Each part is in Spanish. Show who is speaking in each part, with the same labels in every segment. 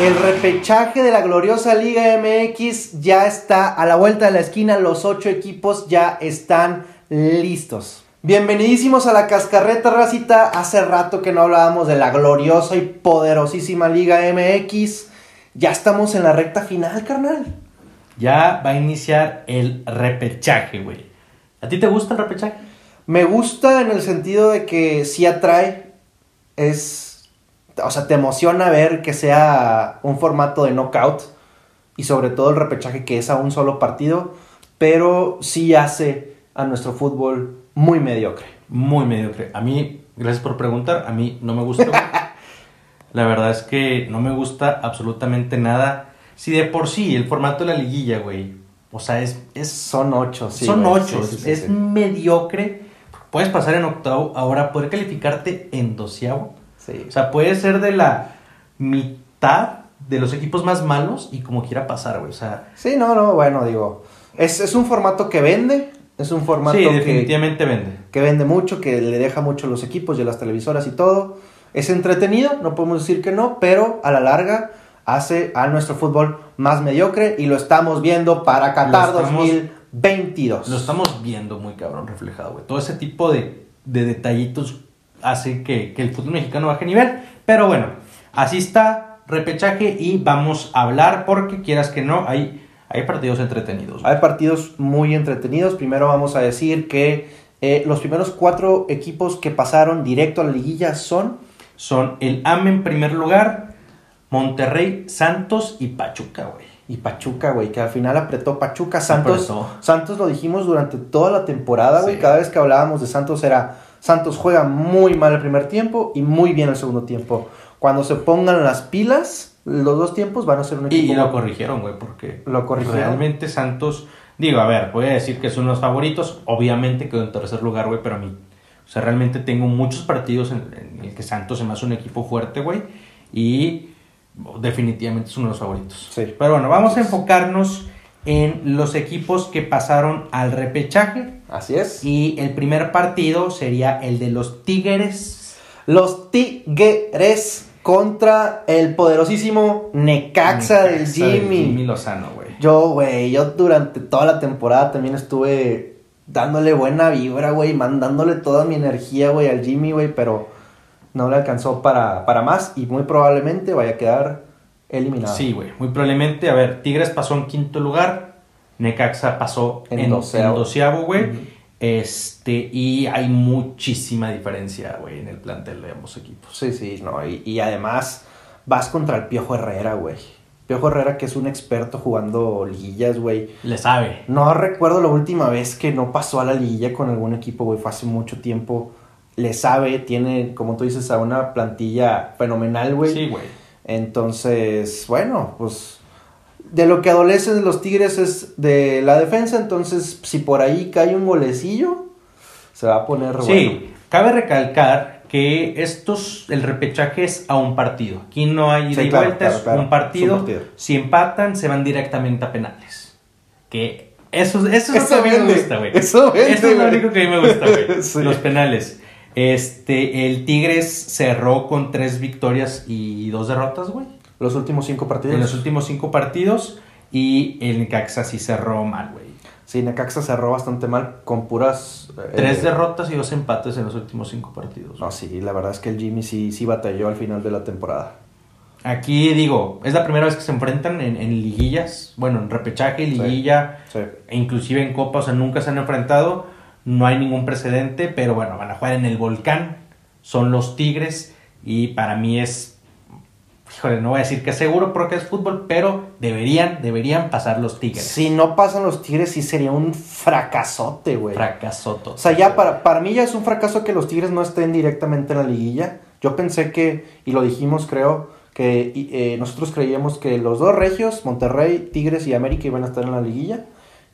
Speaker 1: El repechaje de la gloriosa Liga MX ya está a la vuelta de la esquina. Los ocho equipos ya están listos. Bienvenidísimos a la cascarreta racita. Hace rato que no hablábamos de la gloriosa y poderosísima Liga MX. Ya estamos en la recta final, carnal.
Speaker 2: Ya va a iniciar el repechaje, güey. ¿A ti te gusta el repechaje?
Speaker 1: Me gusta en el sentido de que sí atrae. Es. O sea, te emociona ver que sea un formato de knockout. Y sobre todo el repechaje que es a un solo partido. Pero sí hace a nuestro fútbol muy mediocre.
Speaker 2: Muy mediocre. A mí, gracias por preguntar, a mí no me gusta. güey. la verdad es que no me gusta absolutamente nada. Si de por sí el formato de la liguilla, güey. O sea, es, es
Speaker 1: Son ocho, sí.
Speaker 2: son
Speaker 1: güey.
Speaker 2: ocho,
Speaker 1: Sí, sí, sí,
Speaker 2: es
Speaker 1: sí.
Speaker 2: mediocre. Puedes pasar en octavo, ahora poder calificarte en doceavo.
Speaker 1: Sí.
Speaker 2: O sea, puedes ser de la mitad de los equipos más malos y como quiera pasar, güey. O sea,
Speaker 1: Sí, no, no, bueno, digo. Es, es un formato que vende. Es un formato
Speaker 2: sí,
Speaker 1: que,
Speaker 2: definitivamente vende.
Speaker 1: que vende mucho, que le deja mucho a los equipos y a las televisoras y todo. Es entretenido, no podemos decir que no, pero a la larga hace a nuestro fútbol más mediocre y lo estamos viendo para Qatar
Speaker 2: Lo estamos-
Speaker 1: 2022.
Speaker 2: Lo estamos viendo muy cabrón reflejado, güey. Todo ese tipo de, de detallitos hace que, que el fútbol mexicano baje nivel. Pero bueno, así está, repechaje y vamos a hablar porque quieras que no, hay, hay partidos entretenidos. güey.
Speaker 1: Hay partidos muy entretenidos. Primero vamos a decir que eh, los primeros cuatro equipos que pasaron directo a la liguilla son
Speaker 2: Son el AME en primer lugar, Monterrey, Santos y Pachuca, güey.
Speaker 1: Y Pachuca, güey, que al final apretó Pachuca. Santos,
Speaker 2: Apretó.
Speaker 1: Santos lo dijimos durante toda la temporada, güey.
Speaker 2: Sí.
Speaker 1: Cada vez que hablábamos de Santos era, Santos juega muy mal el primer tiempo y muy bien el segundo tiempo. Cuando se pongan las pilas, los dos tiempos van a ser un
Speaker 2: Y,
Speaker 1: equipo.
Speaker 2: y lo corrigieron, güey, porque
Speaker 1: Lo corrigieron.
Speaker 2: realmente Santos, digo, a ver, voy a decir que son los favoritos, obviamente quedó en tercer lugar, güey, pero a mí, o sea, realmente tengo muchos partidos en, en el que Santos se me hace un equipo fuerte, güey, y definitivamente es uno de los favoritos.
Speaker 1: Sí.
Speaker 2: Pero bueno, vamos a enfocarnos en los equipos que pasaron al repechaje
Speaker 1: Así es.
Speaker 2: y el primer partido sería el de los Tigres.
Speaker 1: Los Tigres contra el poderosísimo Necaxa, del
Speaker 2: Necaxa del
Speaker 1: Jimmy.
Speaker 2: Jimmy Lozano, güey.
Speaker 1: Yo, güey, yo durante toda la temporada también estuve dándole buena vibra, güey, mandándole toda mi energía, güey, al Jimmy, güey, pero no le alcanzó para, para más y muy probablemente vaya a quedar eliminado.
Speaker 2: Sí, güey, muy probablemente. A ver, Tigres pasó en quinto lugar, Necaxa pasó
Speaker 1: En
Speaker 2: en,
Speaker 1: doceavo.
Speaker 2: en doceavo, güey.
Speaker 1: Ujú.
Speaker 2: Este, y hay muchísima diferencia, güey, en el plantel de ambos equipos.
Speaker 1: Sí, sí, no, y, y además vas contra el Piojo Herrera, güey. Piojo Herrera que es un experto jugando liguillas, güey.
Speaker 2: Le sabe.
Speaker 1: No recuerdo la última vez que no pasó a la liguilla con algún equipo, güey. Fue hace mucho tiempo. Le sabe, tiene, como tú dices, a una plantilla fenomenal, güey.
Speaker 2: Sí, güey.
Speaker 1: Entonces, bueno, pues de lo que adolecen los Tigres es de la defensa. Entonces, si por ahí cae un golecillo, se va a poner bueno.
Speaker 2: Sí, cabe recalcar que estos, el repechaje es a un partido. Aquí no hay ida
Speaker 1: Sí,
Speaker 2: y
Speaker 1: claro,
Speaker 2: vuelta,
Speaker 1: claro,
Speaker 2: es
Speaker 1: claro.
Speaker 2: un partido.
Speaker 1: Es un partido.
Speaker 2: Si empatan, se van directamente a penales. Que eso, eso es
Speaker 1: Eso
Speaker 2: lo que a mí me
Speaker 1: vende,
Speaker 2: gusta, güey.
Speaker 1: eso vende,
Speaker 2: Eso Este es lo
Speaker 1: güey.
Speaker 2: único que a mí me gusta, güey.
Speaker 1: Sí.
Speaker 2: Los penales. Este, el Tigres cerró con tres victorias y dos derrotas, güey.
Speaker 1: Los últimos cinco partidos.
Speaker 2: En los últimos cinco partidos. Y el Necaxa sí cerró mal, güey.
Speaker 1: Sí, Necaxa cerró bastante mal con puras. eh,
Speaker 2: Tres derrotas y dos empates en los últimos cinco partidos.
Speaker 1: No, sí, la verdad es que el Jimmy sí, sí batalló al final de la temporada.
Speaker 2: Aquí digo, es la primera vez que se enfrentan en, en liguillas, bueno, en repechaje, liguilla,
Speaker 1: Sí.
Speaker 2: e inclusive en copa, o sea, nunca se han enfrentado, no hay ningún precedente, pero bueno, van a jugar en el volcán, son los Tigres y para mí es, híjole, no voy a decir que seguro porque es fútbol, pero deberían, deberían pasar los Tigres.
Speaker 1: Si no pasan los Tigres, sí sería un fracasote, güey.
Speaker 2: Fracasó todo.
Speaker 1: O sea, ya para, para mí ya es un fracaso que los Tigres no estén directamente en la liguilla. Yo pensé que, y lo dijimos creo, que y, eh, nosotros creíamos que los dos regios, Monterrey, Tigres y América, iban a estar en la liguilla.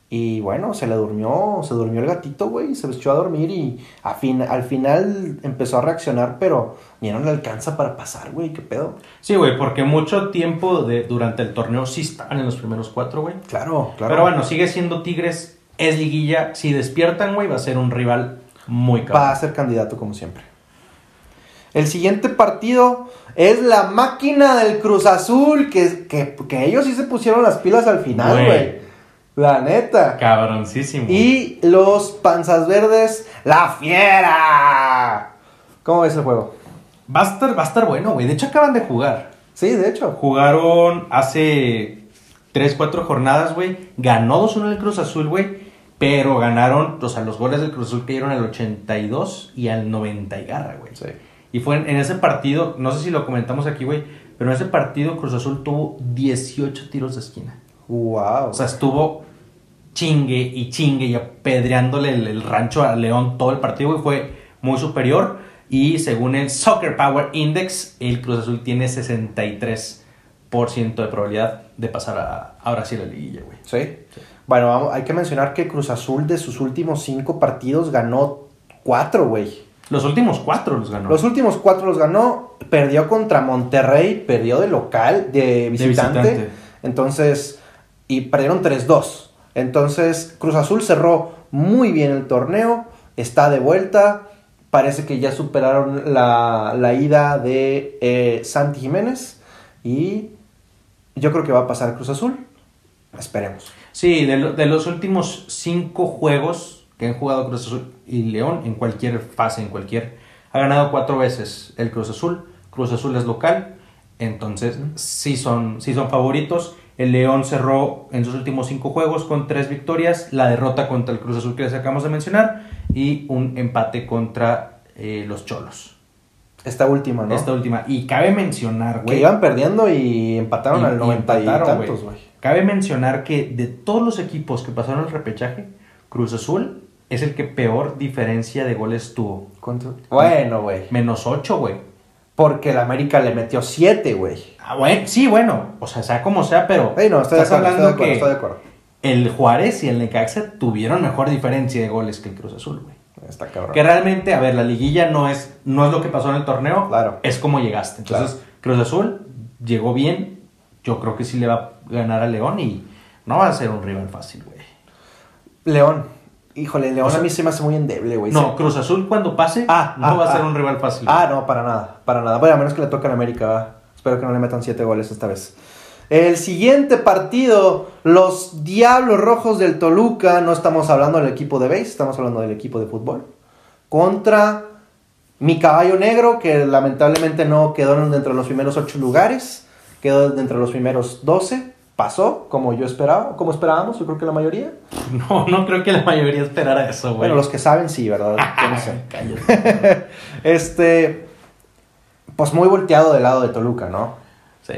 Speaker 1: Y bueno, se le durmió, se durmió el gatito, güey, se echó a dormir y a fin- al final empezó a reaccionar, pero ni no le alcanza para pasar, güey, qué pedo.
Speaker 2: Sí, güey, porque mucho tiempo de, durante el torneo sí estaban en los primeros cuatro, güey.
Speaker 1: Claro, claro.
Speaker 2: Pero bueno, sigue siendo Tigres, es liguilla. Si despiertan, güey, va a ser un rival muy
Speaker 1: va a
Speaker 2: capaz.
Speaker 1: ser candidato como siempre. El siguiente partido es la máquina del Cruz Azul, que, que, que ellos sí se pusieron las pilas al final,
Speaker 2: Güey.
Speaker 1: güey. La neta.
Speaker 2: Cabroncísimo.
Speaker 1: Y los Panzas Verdes, la fiera. ¿Cómo ves el juego?
Speaker 2: Va a estar, va a estar bueno, güey. De hecho, acaban de jugar.
Speaker 1: Sí, de hecho.
Speaker 2: Jugaron hace 3, 4 jornadas, güey. Ganó 2-1 el Cruz Azul, güey. Pero ganaron, o sea, los goles del Cruz Azul cayeron al 82 y al 90 y garra, güey.
Speaker 1: Sí.
Speaker 2: Y fue en, en ese partido, no sé si lo comentamos aquí, güey, pero en ese partido Cruz Azul tuvo 18 tiros de esquina.
Speaker 1: Wow.
Speaker 2: O sea, estuvo chingue y chingue y apedreándole el, el rancho a León todo el partido y fue muy superior. Y según el Soccer Power Index, el Cruz Azul tiene 63% de probabilidad de pasar a, ahora sí a la liguilla, güey.
Speaker 1: Sí. Bueno, vamos- hay que mencionar que Cruz Azul de sus últimos cinco partidos ganó cuatro, güey.
Speaker 2: Los últimos cuatro los ganó.
Speaker 1: Los últimos cuatro los ganó, perdió contra Monterrey, perdió de local, de visitante.
Speaker 2: visitante.
Speaker 1: Entonces, y perdieron 3-2. Entonces, Cruz Azul cerró muy bien el torneo, está de vuelta. Parece que ya superaron la, la ida de eh, Santi Jiménez. Y yo creo que va a pasar Cruz Azul. Esperemos.
Speaker 2: Sí, de, lo- de los últimos cinco juegos que han jugado Cruz Azul y León, en cualquier fase, en cualquier... Ha ganado cuatro veces el Cruz Azul. Cruz Azul es local. Entonces, sí son, sí son favoritos. El León cerró en sus últimos cinco juegos con tres victorias. La derrota contra el Cruz Azul que les acabamos de mencionar. Y un empate contra eh, los Cholos.
Speaker 1: Esta última, ¿no?
Speaker 2: Esta última. Y cabe mencionar,
Speaker 1: que
Speaker 2: güey...
Speaker 1: iban perdiendo y empataron
Speaker 2: Y-
Speaker 1: al
Speaker 2: y
Speaker 1: 90 y,
Speaker 2: empataron,
Speaker 1: tantos,
Speaker 2: güey.
Speaker 1: güey.
Speaker 2: Cabe mencionar que de todos los equipos que pasaron el repechaje, Cruz Azul es el que peor diferencia de goles tuvo.
Speaker 1: ¿Cuánto? Bueno, güey.
Speaker 2: Menos 8, güey.
Speaker 1: Porque el América le metió 7, güey.
Speaker 2: Ah, bueno, sí, bueno. O sea, sea como sea, pero.
Speaker 1: Ey, no, estoy de
Speaker 2: estás
Speaker 1: acuerdo, estoy de
Speaker 2: hablando
Speaker 1: acuerdo, estoy de
Speaker 2: que
Speaker 1: acuerdo.
Speaker 2: el Juárez y el Necaxa tuvieron mejor diferencia de goles que el Cruz Azul, güey.
Speaker 1: Está cabrón.
Speaker 2: Que realmente, a ver, la liguilla no es, no es lo que pasó en el torneo,
Speaker 1: Claro.
Speaker 2: es como llegaste. Entonces, Cruz Azul llegó bien. Yo creo que sí le va a ganar a León y no va a ser un rival fácil, güey.
Speaker 1: León. Híjole, León
Speaker 2: O sea-
Speaker 1: a mí se me hace muy endeble, güey.
Speaker 2: No, Cruz Azul cuando pase
Speaker 1: Pues Ah,
Speaker 2: no
Speaker 1: ah,
Speaker 2: va a ser
Speaker 1: ah.
Speaker 2: un rival fácil.
Speaker 1: Ah, no, para nada, para nada. Bueno, a menos que le toque al América, va. Espero que no le metan 7 goles esta vez. El siguiente partido, los Diablos Rojos del Toluca, no estamos hablando del equipo de base, estamos hablando del equipo de fútbol, contra mi caballo negro, que lamentablemente no quedó dentro de los primeros 8 lugares, quedó dentro de los primeros 12, pasó como yo esperaba, como esperábamos, yo creo que la mayoría.
Speaker 2: No, no creo que la mayoría esperara eso, güey.
Speaker 1: Bueno, los que saben sí, ¿verdad? Yo no sé.
Speaker 2: Cállate.
Speaker 1: Este, pues muy volteado del lado de Toluca, ¿no?
Speaker 2: Sí.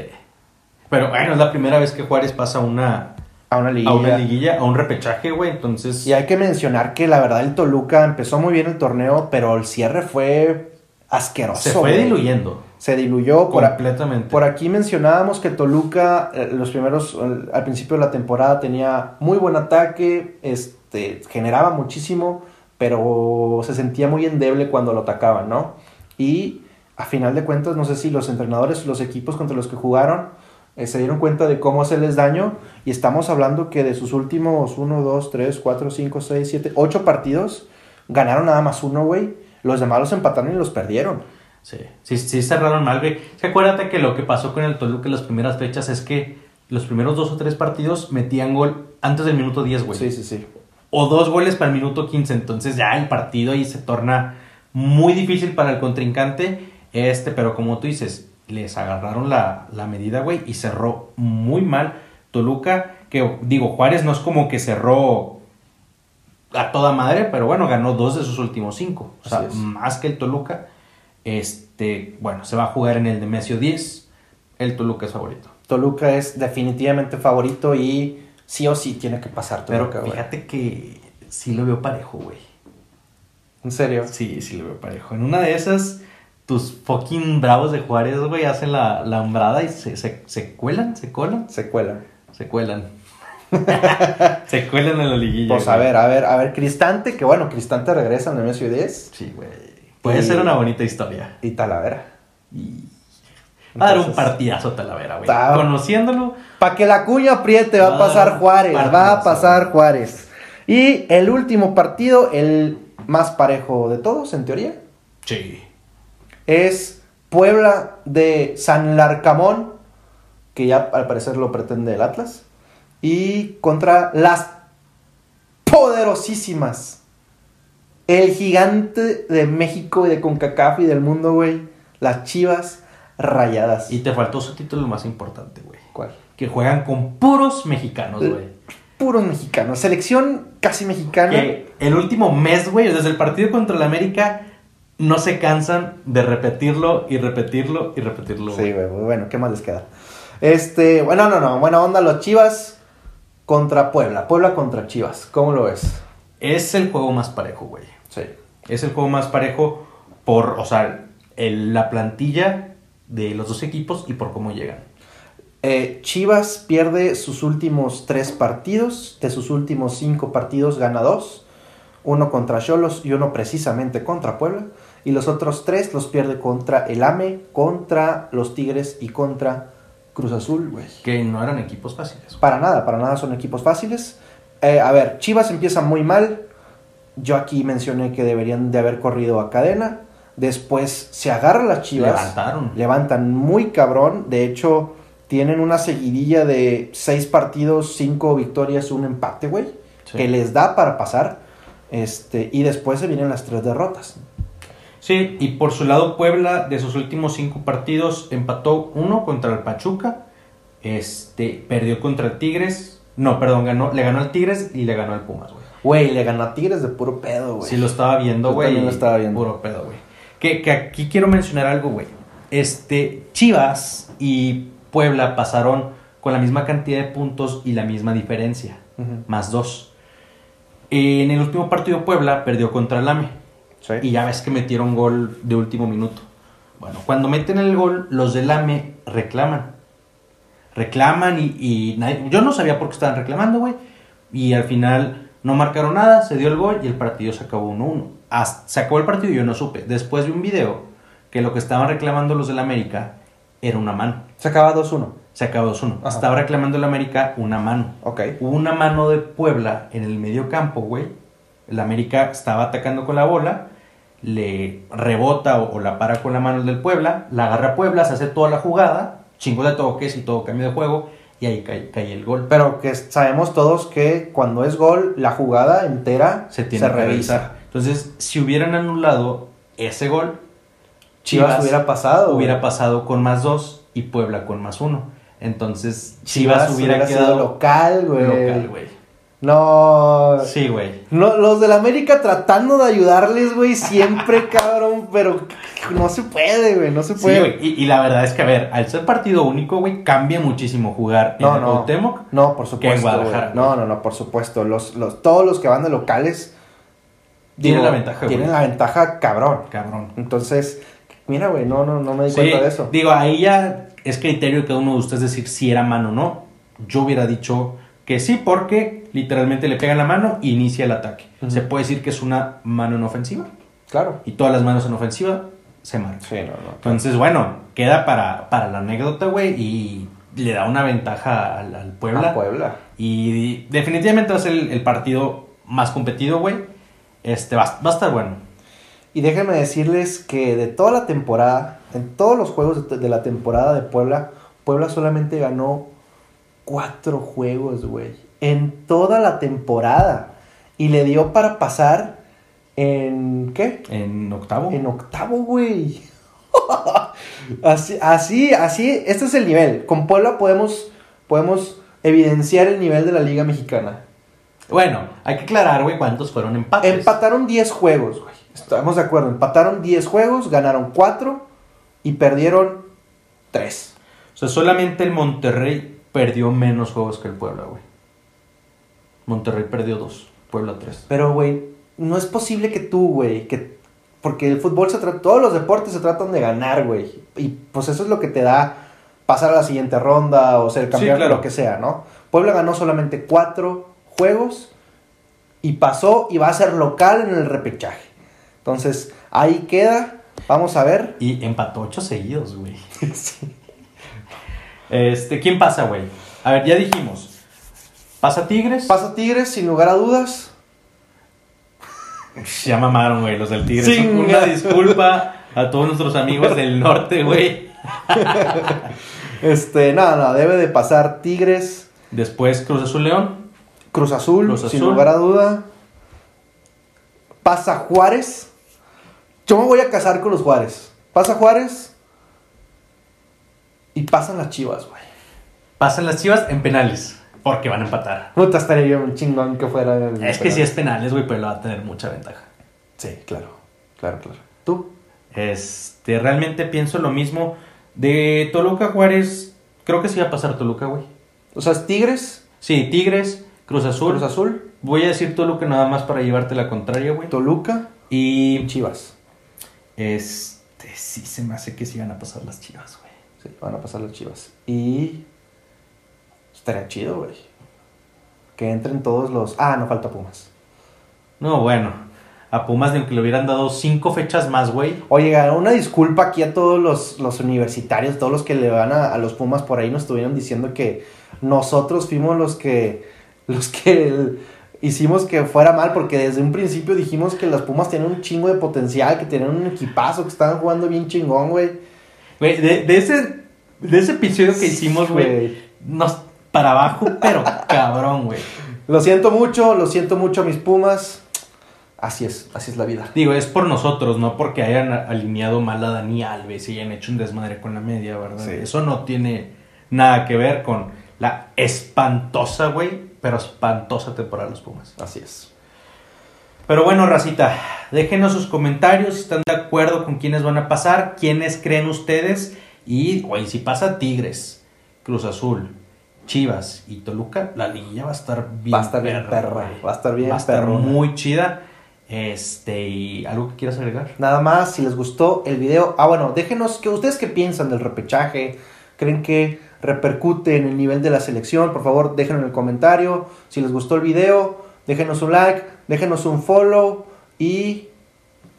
Speaker 2: Pero bueno, es la primera vez que Juárez pasa a una,
Speaker 1: A una liguilla.
Speaker 2: a una liguilla, a un repechaje, güey. Entonces,
Speaker 1: Y hay que mencionar que la verdad el Toluca empezó muy bien el torneo, pero el cierre fue asqueroso.
Speaker 2: se fue
Speaker 1: güey.
Speaker 2: diluyendo
Speaker 1: Se diluyó. Por, a-
Speaker 2: completamente.
Speaker 1: por aquí mencionábamos que Toluca, eh, los primeros, eh, al principio de la temporada tenía muy buen ataque, este, generaba muchísimo, pero se sentía muy endeble cuando lo atacaban, ¿no? Y a final de cuentas, no sé si los entrenadores, los equipos contra los que jugaron, eh, se dieron cuenta de cómo hacerles daño. Y estamos hablando que de sus últimos 1, 2, 3, 4, 5, 6, 7, 8 partidos, ganaron nada más uno, güey. Los demás los empataron y los perdieron.
Speaker 2: Sí, sí, sí cerraron mal, güey. Es que acuérdate que lo que pasó con el Toluca en las primeras fechas es que los primeros dos o tres partidos metían gol antes del minuto 10, güey.
Speaker 1: Sí, sí, sí.
Speaker 2: O dos goles para el minuto 15. Entonces ya el partido ahí se torna muy difícil para el contrincante. Este, pero como tú dices, les agarraron la, la medida, güey, y cerró muy mal Toluca. Que digo, Juárez no es como que cerró a toda madre, pero bueno, ganó dos de sus últimos cinco. O sea,
Speaker 1: Así es.
Speaker 2: más que el Toluca. Este, bueno, se va a jugar en el Nemesio 10. El Toluca es favorito.
Speaker 1: Toluca es definitivamente favorito y sí o sí tiene que pasar
Speaker 2: Pero
Speaker 1: Toluca, güey.
Speaker 2: fíjate que sí lo veo parejo, güey.
Speaker 1: En serio.
Speaker 2: Sí, sí lo veo parejo. En una de esas, tus fucking bravos de Juárez, güey, hacen la, la hombrada y se, se, se cuelan, se colan,
Speaker 1: Se cuela.
Speaker 2: se cuelan. se cuelan en la liguilla.
Speaker 1: Pues a
Speaker 2: güey.
Speaker 1: ver, a ver, a ver, Cristante, que bueno, Cristante regresa en el MSU 10
Speaker 2: Sí, güey. Puede
Speaker 1: Y-
Speaker 2: ser una bonita historia.
Speaker 1: y Talavera.
Speaker 2: Y... Va a dar un
Speaker 1: Entonces-
Speaker 2: partidazo Talavera, güey.
Speaker 1: Ta-
Speaker 2: Conociéndolo,
Speaker 1: Pa' que la cuña apriete, va a
Speaker 2: Ah,
Speaker 1: pasar Juárez, va a
Speaker 2: partidazo.
Speaker 1: pasar Juárez. Y el último partido, el más parejo de todos, en teoría,
Speaker 2: sí.
Speaker 1: es Puebla de San Larcamón, que ya al parecer lo pretende el Atlas, y contra las poderosísimas, el gigante de México y de CONCACAF y del mundo, güey, las Chivas Rayadas.
Speaker 2: Y te faltó su título más importante, güey.
Speaker 1: ¿Cuál?
Speaker 2: Que juegan con puros mexicanos, güey.
Speaker 1: Puros mexicanos, selección casi mexicana.
Speaker 2: Que el último mes, güey, desde el partido contra el América, no se cansan de repetirlo y repetirlo y repetirlo,
Speaker 1: Sí,
Speaker 2: güey.
Speaker 1: güey, pues, bueno, ¿qué más les queda? Este, bueno, no, no, buena onda los Chivas contra Puebla, Puebla contra Chivas, ¿cómo lo ves?
Speaker 2: es el juego más parejo, güey.
Speaker 1: Sí.
Speaker 2: Es el juego más parejo por, o sea, el- la plantilla de los dos equipos y por cómo llegan.
Speaker 1: Eh, Chivas pierde sus últimos tres partidos, de sus últimos cinco partidos gana dos, uno contra Cholos y uno precisamente contra Puebla, y los otros tres los pierde contra el AME, contra los Tigres y contra Cruz Azul, güey.
Speaker 2: Que no eran equipos fáciles. güey.
Speaker 1: Para nada, para nada son equipos fáciles. Eh, a ver, Chivas empieza muy mal. Yo aquí mencioné que deberían de haber corrido a cadena. Después se agarran las Chivas.
Speaker 2: Levantaron.
Speaker 1: Levantan muy cabrón. De hecho, tienen una seguidilla de seis partidos, cinco victorias, un empate, güey.
Speaker 2: Sí.
Speaker 1: Que les da para pasar. Este, y después se vienen las tres derrotas.
Speaker 2: Sí, y por su lado Puebla, de sus últimos cinco partidos, empató uno contra el Pachuca, este, perdió contra el Tigres, no, perdón, ganó, le ganó al Tigres y le ganó al Pumas, güey.
Speaker 1: Güey, le ganó a Tigres de puro pedo, güey.
Speaker 2: Sí lo estaba viendo,
Speaker 1: Yo
Speaker 2: güey.
Speaker 1: también lo estaba viendo.
Speaker 2: Puro pedo, güey. Que, que aquí quiero mencionar algo, güey. Este, Chivas y Puebla pasaron con la misma cantidad de puntos y la misma diferencia,
Speaker 1: Ujú.
Speaker 2: más dos. En el último partido Puebla perdió contra el AME.
Speaker 1: Sí.
Speaker 2: Y ya ves que metieron gol de último minuto. Bueno, cuando meten el gol, los del AME reclaman. Reclaman y, y nadie- yo no sabía por qué estaban reclamando, güey. Y al final no marcaron nada, se dio el gol y el partido se acabó 1-1. Hasta- Se acabó el partido y yo no supe. Después vi un video que lo que estaban reclamando los del América era una mano.
Speaker 1: Se acaba 2-1.
Speaker 2: Se acabó 2-1.
Speaker 1: Ajá.
Speaker 2: Estaba reclamando el América una mano.
Speaker 1: Ok.
Speaker 2: Hubo una mano de Puebla en el medio campo, güey. El América estaba atacando con la bola, le rebota o, o la para con la mano el del Puebla, la agarra Puebla, se hace toda la jugada, chingo de toques y todo cambio de juego, y ahí cae, cae el gol.
Speaker 1: Pero que sabemos todos que cuando es gol, la jugada entera
Speaker 2: Se tiene que revisar. Entonces, si hubieran anulado ese gol,
Speaker 1: Chivas,
Speaker 2: Chivas
Speaker 1: hubiera pasado. güey.
Speaker 2: hubiera pasado con más dos y Puebla con más uno. Entonces, Chivas, hubiera,
Speaker 1: sido
Speaker 2: quedado
Speaker 1: local, güey.
Speaker 2: local, güey.
Speaker 1: No.
Speaker 2: Sí, güey.
Speaker 1: No, los del América tratando de ayudarles, güey, siempre, cabrón, pero no se puede, güey, no se
Speaker 2: Sí,
Speaker 1: puede.
Speaker 2: güey, y, y la verdad es que, a ver, al ser partido único, güey, cambia muchísimo jugar en
Speaker 1: No,
Speaker 2: el
Speaker 1: no.
Speaker 2: Cuauhtémoc.
Speaker 1: No, por
Speaker 2: Que en
Speaker 1: supuesto.
Speaker 2: Guadalajara,
Speaker 1: güey. No, no, no, por supuesto. Los, los, todos los que van de locales
Speaker 2: Tienen la ventaja, güey.
Speaker 1: Tienen la ventaja, cabrón.
Speaker 2: Cabrón.
Speaker 1: Entonces, mira, güey, no, no, no me di
Speaker 2: Sí,
Speaker 1: cuenta de eso.
Speaker 2: digo, ahí ya es criterio de cada uno de ustedes decir si era mano o no. Yo hubiera dicho que sí, porque literalmente le pegan la mano e inicia el ataque.
Speaker 1: Ujú.
Speaker 2: Se puede decir que es una mano en ofensiva
Speaker 1: Claro.
Speaker 2: y todas las manos en ofensiva se marcan.
Speaker 1: Sí, no, no.
Speaker 2: Entonces, bueno, queda para, para la anécdota, güey, y le da una ventaja al, al
Speaker 1: A Ah, Puebla.
Speaker 2: Y definitivamente va a ser el, el partido más competido, güey. Este, va, va a estar bueno.
Speaker 1: Y déjenme decirles que de toda la temporada, en todos los juegos de, de la temporada de Puebla, Puebla solamente ganó cuatro juegos, güey. En toda la temporada. Y le dio para pasar en... ¿Qué?
Speaker 2: En octavo.
Speaker 1: En octavo, güey. así, así, así, este es el nivel. Con Puebla podemos, podemos evidenciar el nivel de la Liga Mexicana.
Speaker 2: Bueno, hay que aclarar, güey, cuántos fueron empates.
Speaker 1: Empataron 10 juegos, güey. Estamos de acuerdo. Empataron 10 juegos, ganaron 4 y perdieron 3.
Speaker 2: O sea, solamente el Monterrey perdió menos juegos que el Puebla, güey. Monterrey perdió dos, Puebla tres.
Speaker 1: Pero, güey, no es posible que tú, güey, que... Porque el fútbol se trata... Todos los deportes se tratan de ganar, güey. Y pues eso es lo que te da pasar a la siguiente ronda o ser campeón,
Speaker 2: claro.
Speaker 1: lo que sea, ¿no? Puebla ganó solamente 4 juegos y pasó y va a ser local en el repechaje. Entonces, ahí queda. Vamos a ver.
Speaker 2: Y empató ocho seguidos, güey. Este, ¿quién pasa, güey? A ver, ya dijimos. Pasa Tigres.
Speaker 1: Pasa Tigres, sin lugar a dudas.
Speaker 2: Ya mamaron, güey, los del Tigres.
Speaker 1: Chinga.
Speaker 2: Una disculpa a todos nuestros amigos del norte, güey.
Speaker 1: Este, nada, nada, debe de pasar Tigres,
Speaker 2: Después Cruz Azul León.
Speaker 1: Cruz Azul,
Speaker 2: Cruz
Speaker 1: sin
Speaker 2: Azul.
Speaker 1: lugar a duda. Pasa Juárez. Yo me voy a casar con los Juárez. Pasa Juárez. Y pasan las chivas, güey.
Speaker 2: Pasan las chivas en penales. Porque van a empatar.
Speaker 1: No te estaría bien chingón que fuera. el-
Speaker 2: Es que si es penales, güey, pero va a tener mucha ventaja.
Speaker 1: Sí, claro. Claro, claro. ¿Tú?
Speaker 2: Este, realmente pienso lo mismo. De Toluca a Juárez, creo que sí va a pasar Toluca, güey.
Speaker 1: O sea, es Tigres,
Speaker 2: Sí, Tigres, Cruz Azul.
Speaker 1: Cruz Azul,
Speaker 2: Voy a decir Toluca nada más para llevarte la contraria, güey.
Speaker 1: Toluca y
Speaker 2: Y
Speaker 1: Chivas.
Speaker 2: este, sí se me hace que sí van a pasar las chivas, güey.
Speaker 1: Sí, van a pasar las chivas. Y. Estaría chido, güey. Que entren todos los. Ah, no falta Pumas.
Speaker 2: No, bueno. A Pumas, ni aunque le hubieran dado cinco fechas más, güey.
Speaker 1: Oye, una disculpa aquí a todos los, los universitarios, todos los que le van a, a los Pumas por ahí nos estuvieron diciendo que nosotros fuimos los que. Los que el- hicimos que fuera mal, porque desde un principio dijimos que las Pumas tenían un chingo de potencial, que tenían un equipazo, que estaban jugando bien chingón, güey.
Speaker 2: Güey, de, de ese, de ese episodio que hicimos, güey, nos para abajo, pero cabrón, güey.
Speaker 1: Lo siento mucho, lo siento mucho a mis Pumas. Así es, así es la vida.
Speaker 2: Digo, es por nosotros, no porque hayan alineado mal a Dani Alves y hayan hecho un desmadre con la media, ¿verdad?
Speaker 1: Sí.
Speaker 2: Eso no tiene nada que ver con la espantosa, güey, pero espantosa temporada de los Pumas.
Speaker 1: Así es.
Speaker 2: Pero bueno, racita, déjenos sus comentarios si están de acuerdo con quiénes van a pasar, quiénes creen ustedes y, güey, si pasa Tigres, Cruz Azul, Chivas y Toluca, la liguilla va a estar bien
Speaker 1: va a estar bien perra,
Speaker 2: güey.
Speaker 1: va a estar bien
Speaker 2: Va a estar
Speaker 1: perrona.
Speaker 2: muy chida. Este, y algo que quieras agregar.
Speaker 1: Nada más, si les gustó el video. Ah, bueno, déjenos que ustedes qué piensan del repechaje. ¿Creen que repercute en el nivel de la selección? Por favor, déjenlo en el comentario. Si les gustó el video, déjenos un like, déjenos un follow y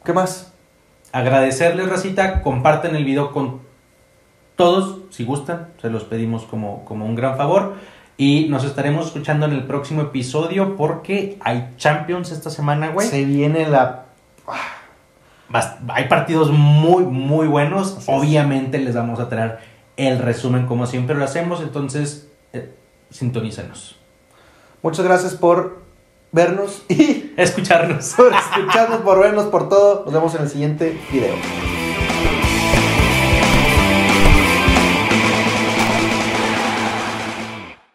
Speaker 1: ¿qué más?
Speaker 2: Agradecerles, Racita, comparten el video con todos, si gustan, se los pedimos como, como un gran favor. Y nos estaremos escuchando en el próximo episodio porque hay Champions esta semana, güey.
Speaker 1: Se viene la
Speaker 2: Bas- Hay partidos muy, muy buenos.
Speaker 1: es.
Speaker 2: Obviamente les vamos a traer el resumen como siempre lo hacemos. Entonces, eh, sintonízanos.
Speaker 1: Muchas gracias por vernos y
Speaker 2: Escucharnos.
Speaker 1: por escucharnos, por vernos, por todo. Nos vemos en el siguiente video.